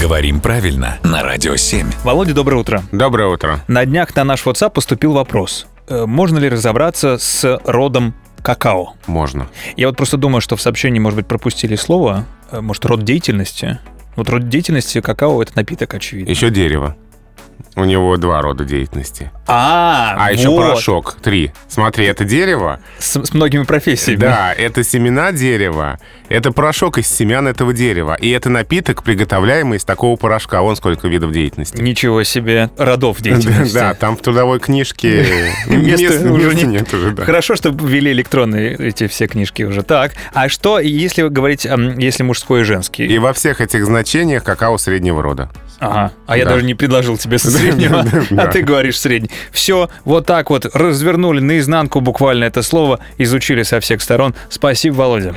Говорим правильно на Радио 7. Володя, доброе утро. Доброе утро. На днях на наш WhatsApp поступил вопрос. Э, Можно ли разобраться с родом какао? Можно. Я вот просто думаю, что в сообщении, может быть, пропустили слово, э, может, род деятельности. Вот род деятельности какао — это напиток, очевидно. Еще дерево. У него два рода деятельности. А, А еще вот. порошок. Три. Смотри, это дерево. С, с многими профессиями. Да, это семена дерева. Это порошок из семян этого дерева. И это напиток, приготовляемый из такого порошка. Вон сколько видов деятельности. Ничего себе, родов деятельности. Да, там в трудовой книжке Места мест- уже места нет. нет уже, да. Хорошо, что ввели электронные эти все книжки уже. Так, а что, если говорить, ам, если мужской и женский? И во всех этих значениях какао среднего рода. Ага. А я Да. даже не предложил тебе со среднего, а да. ты говоришь средний. Все, вот так вот развернули наизнанку буквально это слово, изучили со всех сторон. Спасибо, Володя.